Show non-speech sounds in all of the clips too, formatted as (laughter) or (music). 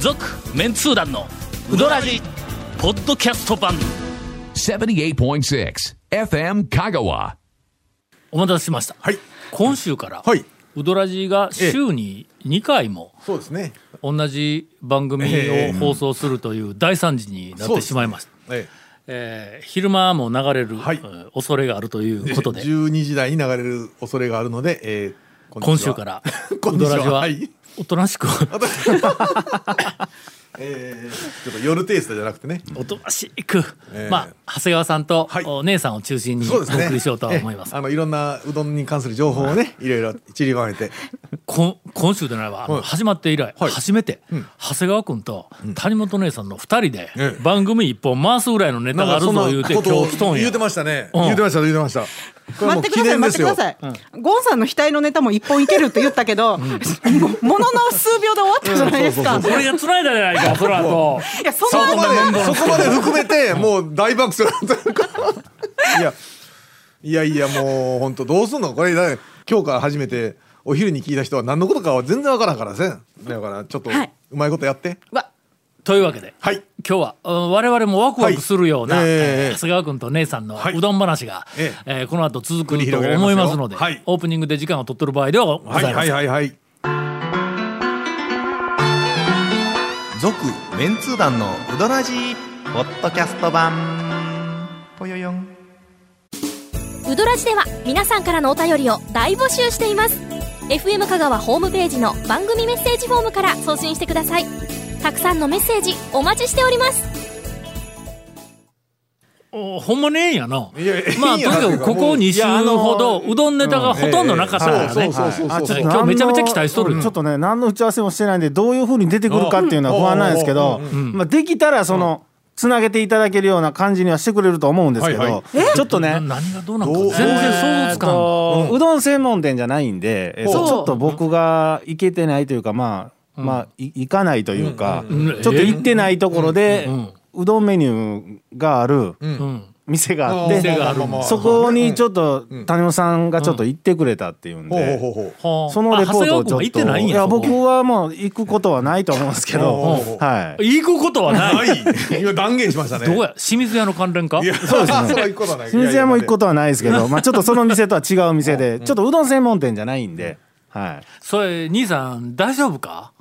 続メンツー団のウドラジポッドキャスト版78.6 FM Kagawa. お待たせしました、はい今週から、はいウドラジが週に2回もそうですね。同じ番組をええ放送するという大惨事になっそうてですねしまいました、ええー昼間も流れる、はいえー恐れがあるということで12時台に流れる恐れがあるので、えーこん今にち週は (laughs) からこウんにドちはラジははいおとなしく (laughs) えーちょっと夜テイストじゃなくてね。おとなしく、ええまあ長谷川さんと、はいお姉さんを中心にそおうですね。送りしようとは思いますえーあのいろんなうどんに関する情報をね、いろいろ散りばめて。こ今週でならば、あのはい始まって以来、はい初めて、長谷川君と谷本姉さんの2人で、ええ番組一本回すぐらいのネタがあるぞ言うて今日来とんや言ってましたね。うん言ってました言ってました。これ待もっうてくだ記さ念いで待っすてよください、ゴンさんの額のネタも一本いけるって言ったけど、もものの数秒で終わったじゃないですか、俺が繋いだじゃ (laughs) ないかその後いやそそのこ後までそこまで含めてもう大爆笑。いやいやいやもう本当どうすんのこれだ今日から初めてお昼に聞いた人は何のことかは全然わからんからせん。だからちょっとはいうまいことやって。わというわけで、はい今日はうん我々もワクワクするような、はいえええー長谷川君と姉さんのはいうどん話が、ええーこの後続繰りくと広げられ思ますいよますのではいオープニングで時間を取ってる場合ではございまはせいん、はいはいはい。続メンツー団のウドラジーポッドキャスト版ぽよよんウドラジでは皆さんからのお便りを大募集しています FM 香川ホームページの番組メッセージフォームから送信してくださいたくさんのメッセージお待ちしておりますおほんまにええんやないやええんやまあとにかくここ2週ほどいやあのうどんネタがほとんどなかったからそうねそうそうそうそう今日めちゃめちゃ期待しとるよちょっとね何の打ち合わせもしてないんでどういうふうに出てくるかっていうのは不安なんですけど、まあ、できたらその、つなげていただけるような感じにはしてくれると思うんですけど、はいはいちょっとなね何がどうなんかど全う然想像つかん、えーっとうどん専門店じゃないんで、えーっとほうちょっと僕が行けてないというかまあ、まあい行かないというか、んうんちょっと行ってないところで、うんうんどんメニューがあるうん店があっ店て、があるそこにちょっと谷本さんがちょっと行ってくれたっていうんで。ほうほうほうほう。はあそのレポートをちょあ長谷川君はっ行とてないんややそこ僕はもう行くことはないと思うんですけおうおうおどうはい行くこと (laughs) はないはい。今断言しましたね。どうや清水屋の関連かいや (laughs) そうですね。それは行くことはない。清水屋も行くことはないですけどまあちょっとその店とは違う店でちょっとうどん専門店じゃないんではいそれ兄さん大丈夫か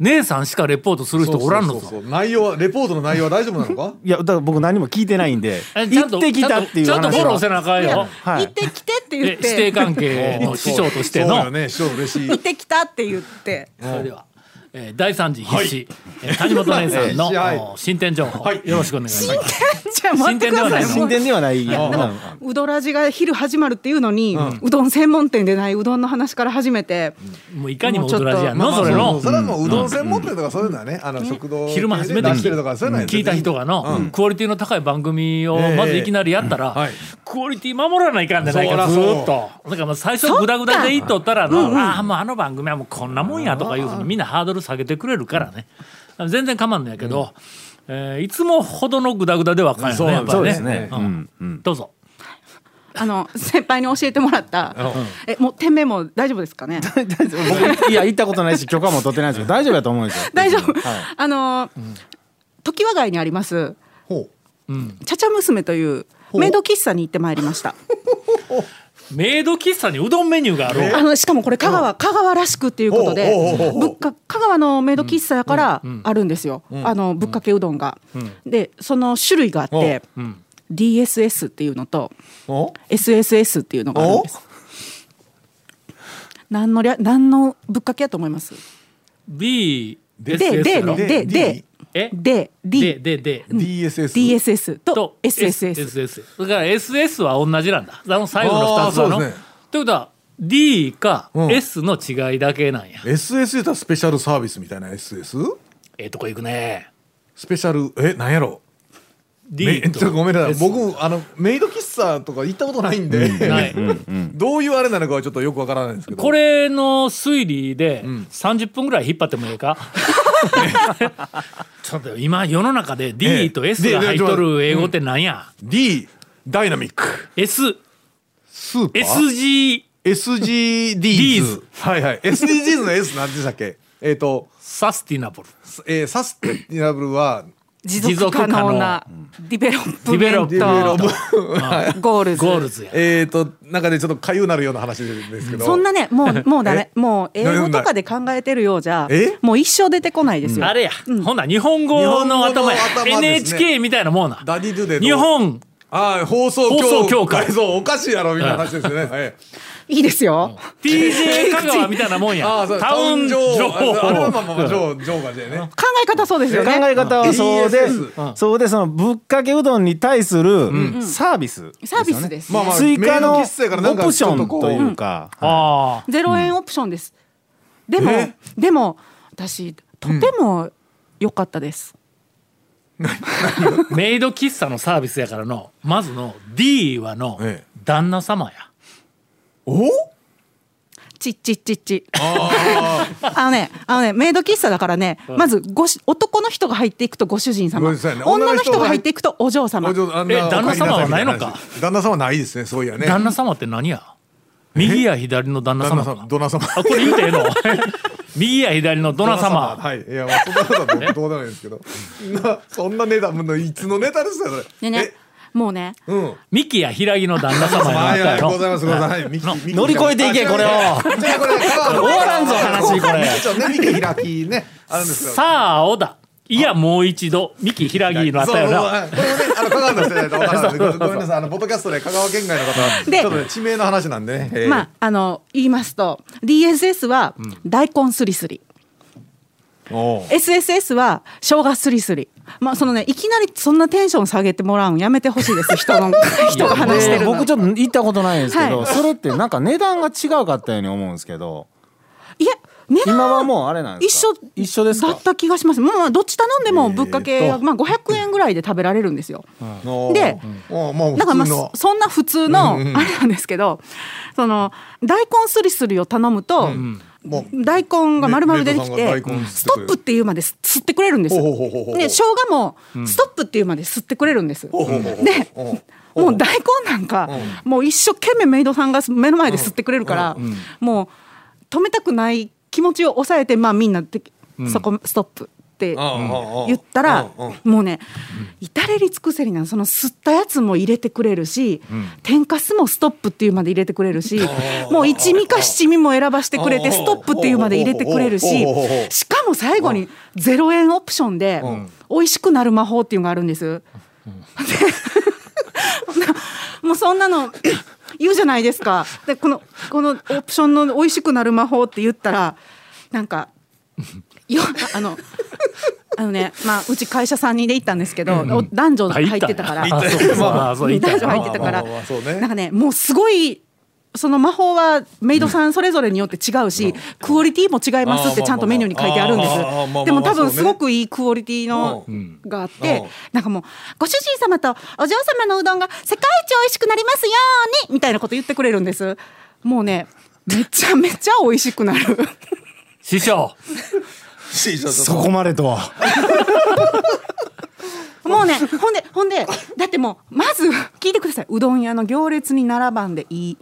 姉さんしかレポートする人おらんのそうそうぞそう内容はレポートの内容は大丈夫なのかいやだから僕何も聞いてないんでえちゃん行とってきたっていうちゃんとちゃんとフォロー話せなあかんいやよはい行ってきてってえ言っ師弟て関係の師匠としてそうのだね師匠嬉しい行ってきたって言ってそれでは、えー、第3次必至、えー谷本姉さ (laughs) んの、必至はいお進展情報、はいよろしくお願いしますじゃあ待ってください進進展ではないやでもうんもううどらじが昼始まるっていうのに、うどん専門店でないうどんの話から始めて、もういかにも踊らじやんのまあそれのそれはもううどん専門店とかそういうのはねあの食堂昼間初めて出してるとかそういうのは聞いた人がの、クオリティの高い番組をまずいきなりやったら、はいクオリティ守らないかんじゃないかずそらそうーっとだからまあ最初グダグダで言っとったらの、ああもうあの番組はもうこんなもんやとかいうふうにみんなハードル下げてくれるからね全然構わんのやけど、えーいつもほどのグダグダではあかんよねやっぱりそうねですねううんんうんどうぞあの先輩に教えてもらった、えもう店名も大丈夫ですかね僕いや行ったことないし許可も取ってないんですけど大丈夫だと思うんですよ大丈夫、はいあの常盤街にありますほちゃちゃ娘というメイド喫茶に行ってまいりましたメイド喫茶にうどんメニューがあるわあのしかもこれ香川香川らしくっていうことでおうおうおうおうぶっか香川のメイド喫茶やからあるんですよ、あのぶっかけうどんが、でその種類があって、DSS っていうのとうお SSS っていうのがあるんです何のりゃ何のぶっかけやと思います D でで S やでろでででえでで D でで DSS DSS とと SSS SSS だから SS は同じなんだあの最後の2つはあーそうの、ですねということは D かうん S の違いだけなんや、 SS 言ったらスペシャルサービスみたいな SS ええとこ行くねスペシャルえなんやろ D めちょっとごめんなさい S 僕あのメイド喫茶とか行ったことないんでないどういうあれなのかはちょっとよくわからないんですけどこれの推理で30分ぐらい引っ張ってもいい (laughs) かちょっと今世の中で D と S が入っとる英語ってなんや、 D ダイナミック S スーパー SG SGDs はいはい SDGs の S なんでしたっけえっとサスティナブルえー、サスティナブルは持続可能なディベロップメンディベロップ (laughs) トゴールズゴールズやえーと中でちょっとかゆなるような話ですけどそんなねもうもうダメもう英な語んだとかで考えてるようじゃえもう一生出てこないですよあれや、ほんな日本語の頭や日本語の頭ですね NHK みたいなもんなダディドゥでの日本あー放送放送協会そうおかしいやろみたいな話ですよね、はい、いいですよ TJ 香川みたいなもんやああそうタウン情ああれはまあまあまあ報情情がでね考え方そうですよ考ねえ方はそうで ESS そうでそのぶっかけうどんに対するサービスサービスですまあまあ追加メーのオルプ喫茶やからなんかシちょっョとンこうというかああゼロ円オプションですでもえでも私とても良かったですメイド喫茶のサービスやからのまずの D はのええ旦那様や、おちっちっちっち (laughs) あのねあのねメイド喫茶だからねまずごし男の人が入っていくとご主人様ご主人様ね女の人が入っていくとお嬢様お嬢あんなえ旦那様はないのかお帰りさみたな話旦那様はないですねそういやね旦那様って何や右や左の旦那旦様那か様どな様あこれ言うてええ (laughs) の右や左のどな様はいいやまあそんなことはどうどうでもいいですけど (laughs) なそんなネタもういつのネタですよそれでねもうねえうんミキやヒラギの旦那様や (laughs) はいはいやろございますございますはいミキミキ乗り越えていあけ違うこれを違うこれ終終わらんぞ話これちょっとねミキ開きねあるんですよさあ小田いやもう一度ミキヒラギのあったよなそうそうそうこれもねあの香川の人じゃないと分からないんでごごめんなさいあのポッドキャストで香川県外の方はでちょっとね地名の話なんでねえーまああの言いますと DSS は大根すりすり、おう SSS は生姜すりすりまあそのねいきなりそんなテンション下げてもらうんやめてほしい (laughs) です人の人が話してるの僕ちょっと行ったことないんですけど、はいそれってなんか値段が違うかったように思うんですけどいや値段今はもうあれなんで一すか緒一緒ですだかった気がしますもうどっち頼んでもぶっかけ、まあ、500円ぐらいで食べられるんですよ、おうでおうもうだ普からまあ通そのそんな普通のあれなんですけど、その大根すりすりを頼むと、もう大根が丸々出てきメイドさんてが大根吸ってくれるストップっていうまで吸ってくれるんですよ。ほうほうほうほうで生姜もストップっていうまで吸ってくれるんです。ほうほうほうでほうもう大根なんかもう一生懸命メイドさんが目の前で吸ってくれるからもう止めたくない気持ちを抑えてまあみんなでそこストップって言ったらもうね至れり尽くせりなのその吸ったやつも入れてくれるし天かすもストップっていうまで入れてくれるしもう一味か七味も選ばしてくれてストップっていうまで入れてくれるししかも最後に0円オプションで美味しくなる魔法っていうのがあるんです。もうそんなの言うじゃないですか。でこのこのオプションの美味しくなる魔法って言ったらなんかよあの。あのねまあ、うち会社3人で行ったんですけど、お男女入ってたからあそうそうあそう男いたんや女入ってたからまあまあまあまあそうねなんかねもうすごいその魔法はメイドさんそれぞれによって違うし、クオリティも違いますってちゃんとメニューに書いてあるんですあーまあまあまあまあまあまあでも多そう分ねすごくいいクオリティのがあって、なんかもうご主人様とお嬢様のうどんが世界一美味しくなりますようにみたいなこと言ってくれるんですもうねめちゃめちゃ美味しくなる師匠しちょっとそこまでとはもうねほんでほんでだってもうまず聞いてくださいうどん屋の行列に並ばんでいい、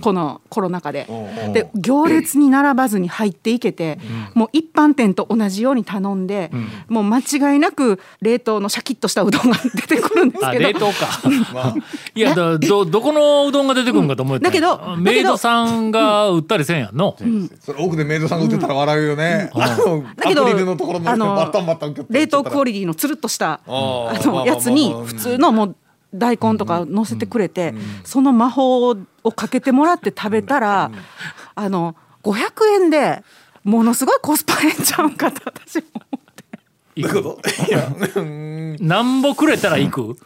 このコロナ禍で、で行列に並ばずに入っていけて、もう一般店と同じように頼んで、もう間違いなく冷凍のシャキッとしたうどんが出てくるんですあけど冷凍か、いやだどどこのうどんが出てくるんかと思ってたんやうんだけどメイドさんが売ったりせんやんの、それ奥でメイドさんが売ってたら笑うよね。あのだけどアクリルのところのあのバッタンバッタンってやっ冷凍クオリリティのつるっとしたあーまあまあまあまのあやつに普通のもう大根とか乗せてくれてその魔法をかけてもらって食べたらあの500円でものすごいコスパええんちゃうんかと私も行くなんぼくれたら行く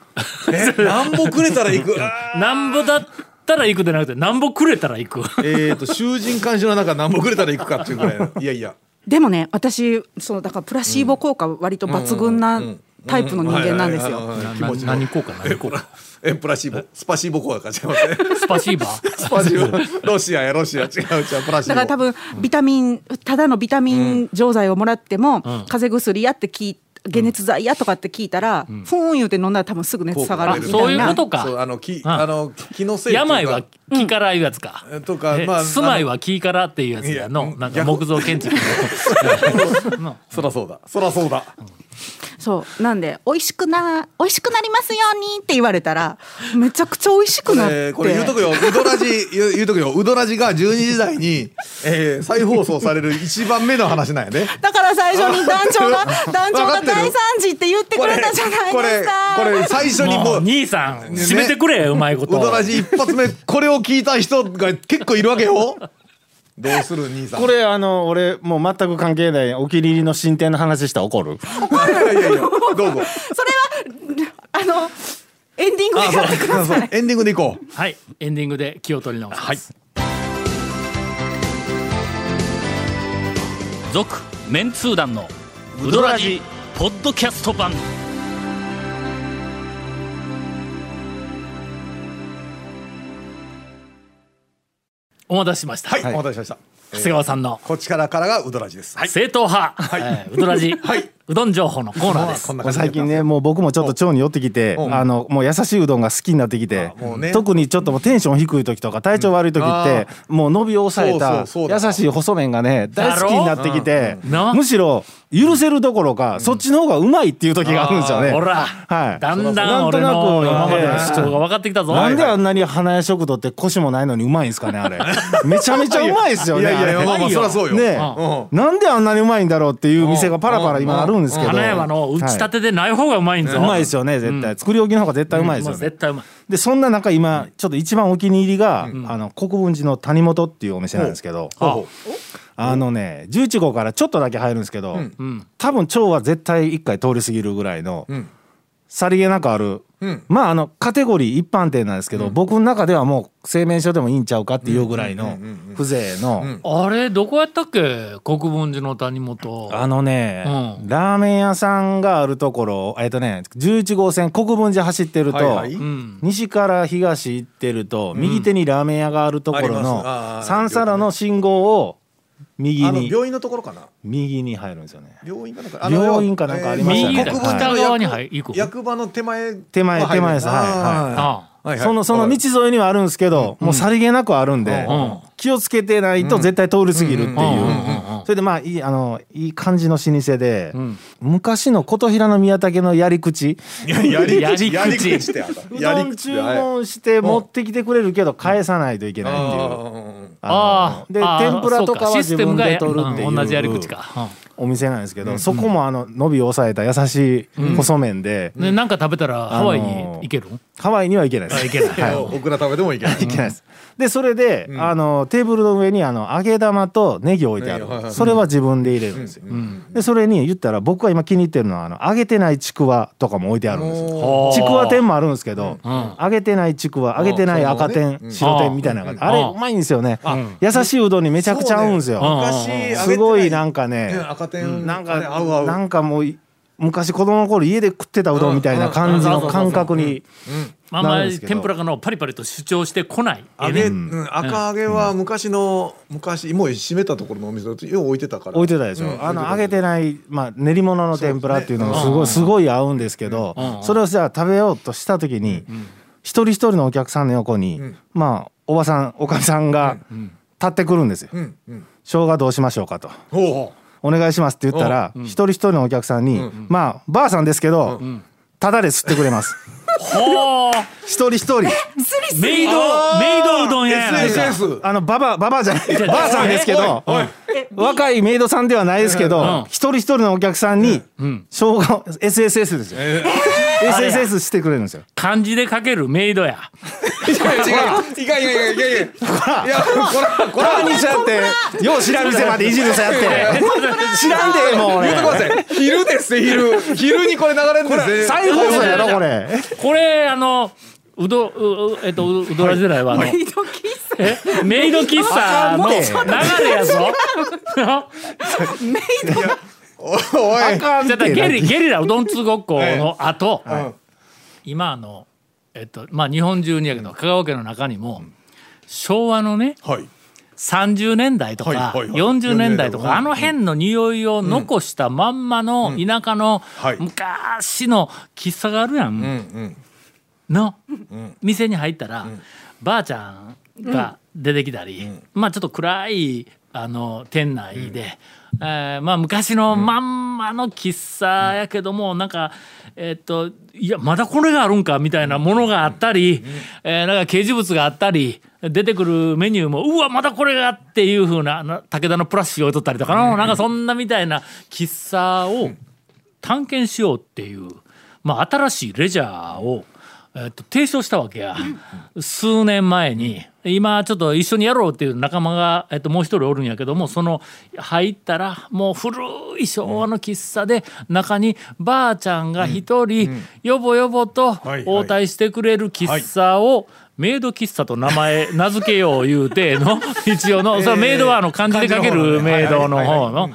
え、なんぼくれたら行く。 (laughs) なんぼだったら行くでなくてなんぼくれたら行くえっと囚人監視の中なんぼくれたら行くかっていうぐらい。いやいや。でもね私そのだからプラシーボ効果割と抜群なタイプの人間なんですはいよ。はいはいはい気な持ちの何行こうか何行こうかえプラシーボ、スパシーボコアか違いますね。スパシーバスーパシーボ、ロシアやロシア違う違うプラシーボ。だから多分ビタミンただのビタミン錠剤をもらっても風邪薬やって聞い解熱剤やとかって聞いたら、ふーん言うて飲んだら多分すぐ熱下がるみたいなそういうことかそうあの気ああの気のせいっていう (laughs) か病は気からいうやつか、とかえまあ住まいは木からっていうやつやいのやなんか逆木造建築のそらそうだそらそうだそうなんで美味しくな美味しくなりますようにって言われたらめちゃくちゃ美味しくなって、えーこれ言うとくよウドラジ言う言うとくよウドラジが12時台に、えー再放送される一番目の話なんやねだから最初に団長が団長わかがってる大惨事って言ってくれたじゃないこでれすかこれ最初にももうう兄さん締めてくれ、うまいこウとドラジ一発目これを聞いた人が結構いるわけよどうする兄さんこれあの俺もう全く関係ないお気に入りの進展の話したら怒る (laughs) いやいやいやどうぞそれはあのエンディングであやってくそうだそさういエンディングでいこうはいエンディングで気を取り直します続、メンツー団のウドラジポッドキャスト版お待たせしました、はい、お待たせしました長谷川さんのこっちからからがウドラジですはい正統派、えーウドラジ、いうどん情報のコーナーですこんな感じ最近ねもう僕もちょっと腸に寄ってきてんあのもう優しいうどんが好きになってきてあもうね特にちょっともうテンション低い時とか体調悪い時ってもう伸びを抑えたそうそうそうだ優しい細麺がね大好きになってきてうんなむしろ許せるどころかそっちの方がうまいっていう時があるんですよねほら、はいだんだん俺の今までの主張が分かってきたぞ、なんであんなに花屋食堂ってコシもないのにうまいんですかね (laughs) あれめちゃめちゃうまいですよねいやいやいやあれまあまあそりゃそうよ、ねうなんであんなにうまいんだろうっていう店がパラパラ今あるんですけど花山の打ち立てでない方がうまいんぞ、はいうまいですよね絶対作り置きの方が絶対うまいですもようね絶対うまいでそんな中今ちょっと一番お気に入りが、あの国分寺の谷本っていうお店なんですけど、ああのね11号からちょっとだけ入るんですけど、多分腸は絶対1回通り過ぎるぐらいの、さりげなくある、んまああのカテゴリー一般店なんですけど、僕の中ではもう製麺所でもいいんちゃうかっていうぐらいの風情の、あれどこやったっけ国分寺の谷本あのね、うんラーメン屋さんがあるところえっとね11号線国分寺走ってると、はいはいうん西から東行ってると右手にラーメン屋があるとこあろりまのすあー三皿の信号を右あのに病院のところかな右に入るんですよね。病院かなんかあの病院かなんかありましたねえー右国分寺の北側に入役行く役場の手前手前は入る手前ですはいはいあはいはいそのその道沿いにはあるんですけど、もうさりげなくあるんで、うん気をつけてないと絶対通り過ぎるってういう、んうんうんうんそれでまあいいあのいい感じの老舗で、ん昔の琴平の宮武のやり口やりやり口口やり口ってあったうやどりん口注文して持ってきてくれるけど返さないといけないっていう。ああーであー天ぷらとかはシス自テム分がで取るっていう、うん同じやり口か、お店なんですけど、そこもあの伸びを抑えた優しい細麺で、うんねなんか食べたらハワイに行ける、ハワイには行けないです。あ行けないはいオクラ食べてもいけないいけないです。でそれで、あのテーブルの上にあの揚げ玉とネギを置いてある、ネギはいはいそれは自分で入れるんですよ、でそれに言ったら僕が今気に入ってるのはあの揚げてないちくわとかも置いてあるんですよほう (laughs) ちくわ天もあるんですけど、ん揚げてないちくわ揚げてない赤天、うん白天みたいなのがあってあれうんうまいんですよね、うん優しいうどんにめちゃくちゃ合うんですよ、そうね昔すごいなんんかね、赤点なんあれか合う合うなんかもうい昔子供の頃家で食ってたうどんみたいな感じの感覚にまあんまなんでりすけど天ぷらがのパリパリと主張してこない揚げうん赤揚げは昔の昔もう閉めたところのお店だよう置いてたから置いてたでしょ、うんあの揚げてない、まあ、練り物の天ぷらっていうのもすごいすごい合うんですけど、うんそれをじゃあ食べようとした時に、一人一人のお客さんの横に、んまあおばさんおかみさんが立ってくるんですよ。うんうん生姜どうしましょうかとほうほお願いしますって言ったら、一人一人のお客さんに、まあばあさんですけど、ただで吸ってくれ (laughs) ますほー一人一人メイドメイドうどうん屋やないか SNS あのババババじゃないばあさんですけどおい若いメイドさんではないですけうんど一人一人のお客さんに生姜を SSS ですよ SSS してくれるんですよ漢字で書けるメイドや違う違う違う違う違う違う違う違うい (laughs) やこらこら兄ちゃんってよう知らん店までいじるさやって知らんでええもう俺言うとこださい昼ですって昼昼にこれ流れるんですね再放送やろこれこれあのうどううえっとううどらじ代はあの、メイド喫えメイド喫茶の流あもうちょっとれやぞ。おいあかんじゃあゲリゲリラうどん通ごっこの後、い今あのえっとまあ日本中にやけど香川県の中にも昭和のねはい30年代とかはいはいはい40年代とうんかあの辺の匂いを残したまんまの田舎のはい昔の喫茶があるやんうんの店に入ったらばあちゃんが出てきたりまあちょっと暗いあの店内でえーまあ昔のまんまの喫茶やけどもなんかえっといやまだこれがあるんかみたいなものがあったりえーなんか掲示物があったり出てくるメニューもうわまだこれがっていう風なあの武田のプラスチックを置いとったりとかのなんかそんなみたいな喫茶を探検しようっていう、まあ、新しいレジャーを、えっと提唱したわけや、数年前に今ちょっと一緒にやろうっていう仲間が、えっともう一人おるんやけどもその入ったらもう古い昭和の喫茶で中にばあちゃんが一人、よぼよぼとはい応対してくれる喫茶を、メイド喫茶と名前名付けよう言うて (laughs) の一応の、それはメイドはあの漢字で書けるメイドの方の。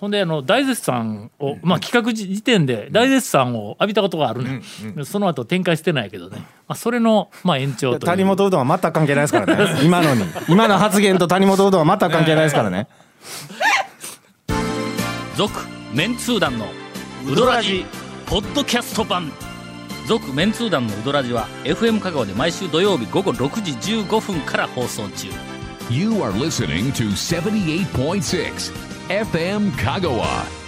ほんであの大絶賛を、まあ、企画時時点で大絶賛を浴びたことがあるね、その後展開してないけどね、まあ、それの、まあ、延長という谷本うどんは全く関係ないですから (laughs) ね今のに今の発言と谷本うどんは全く関係ないですからね続メンツー団のウドラジポッドキャスト版続メンツー団のウドラジは FM 香川で毎週土曜日午後6時15分から放送中 You are listening to 78.6 FM Kagawa.